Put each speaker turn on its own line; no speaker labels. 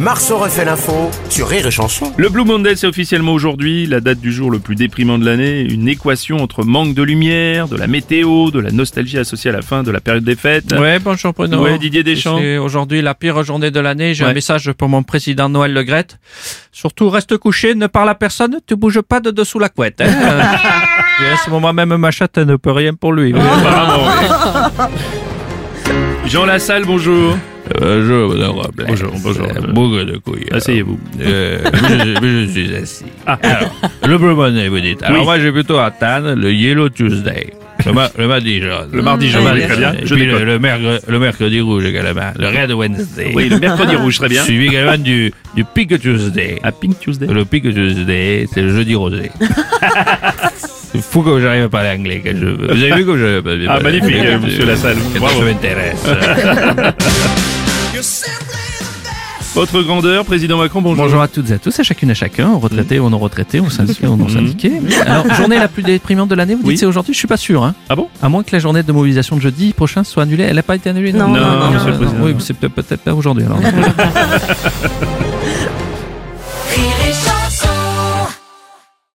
Marceau refait l'info sur Rire et Chanson.
Le Blue Monday, c'est officiellement aujourd'hui la date du jour le plus déprimant de l'année. Une équation entre manque de lumière, de la météo, de la nostalgie associée à la fin de la période des fêtes.
Ouais, bonjour Bruno.
Ouais, Didier Deschamps.
C'est aujourd'hui la pire journée de l'année. J'ai
Ouais.
un message pour mon président Noël Le Grette. Surtout, reste couché, ne parle à personne, tu bouges pas de dessous la couette. hein. Euh, et à ce moment même, ma chatte ne peut rien pour lui.
Oh. Apparemment, ouais. Jean Lassalle, bonjour.
Euh, Bonjour, madame Robles.
Bonjour, bonjour.
Euh, Beaucoup de couilles. alors.
Asseyez-vous.
Euh, je, je- je suis assis. Alors, le Blue Monday, vous dites. Alors,
Ah. Oui.
moi, j'ai plutôt à Tannes le Yellow Tuesday. Le, ma- le mardi jaune.
Le mardi jaune,
mardi
très bien.
jaune. Et
Je
puis
décolle.
le, le mercre- le mercredi rouge également. Le Red Wednesday.
Oui, le mercredi rouge, très bien.
Suivi également du, du Pink Tuesday.
À Pink Tuesday.
Le Pink Tuesday, c'est le jeudi rosé. C'est fou comme j'arrive à parler anglais que je veux. Vous avez vu comme je.
Ah, magnifique,
que-
monsieur Lassalle.
que
Bravo.
Je m'intéresse.
Votre grandeur, président Macron, bonjour.
Bonjour à toutes et à tous, à chacune et à chacun, aux retraités, aux non-retraités, aux syndiqués, aux non-syndiqués. Alors, journée la plus déprimante de l'année, vous dites
Mm-hmm. Oui.
c'est aujourd'hui, je suis pas sûr. Hein.
Ah bon
À moins que la journée de mobilisation de jeudi prochain soit annulée. Elle n'a pas été annulée
Non, non, non, monsieur le président.
Oui, mais c'est peut- peut-être pas aujourd'hui alors.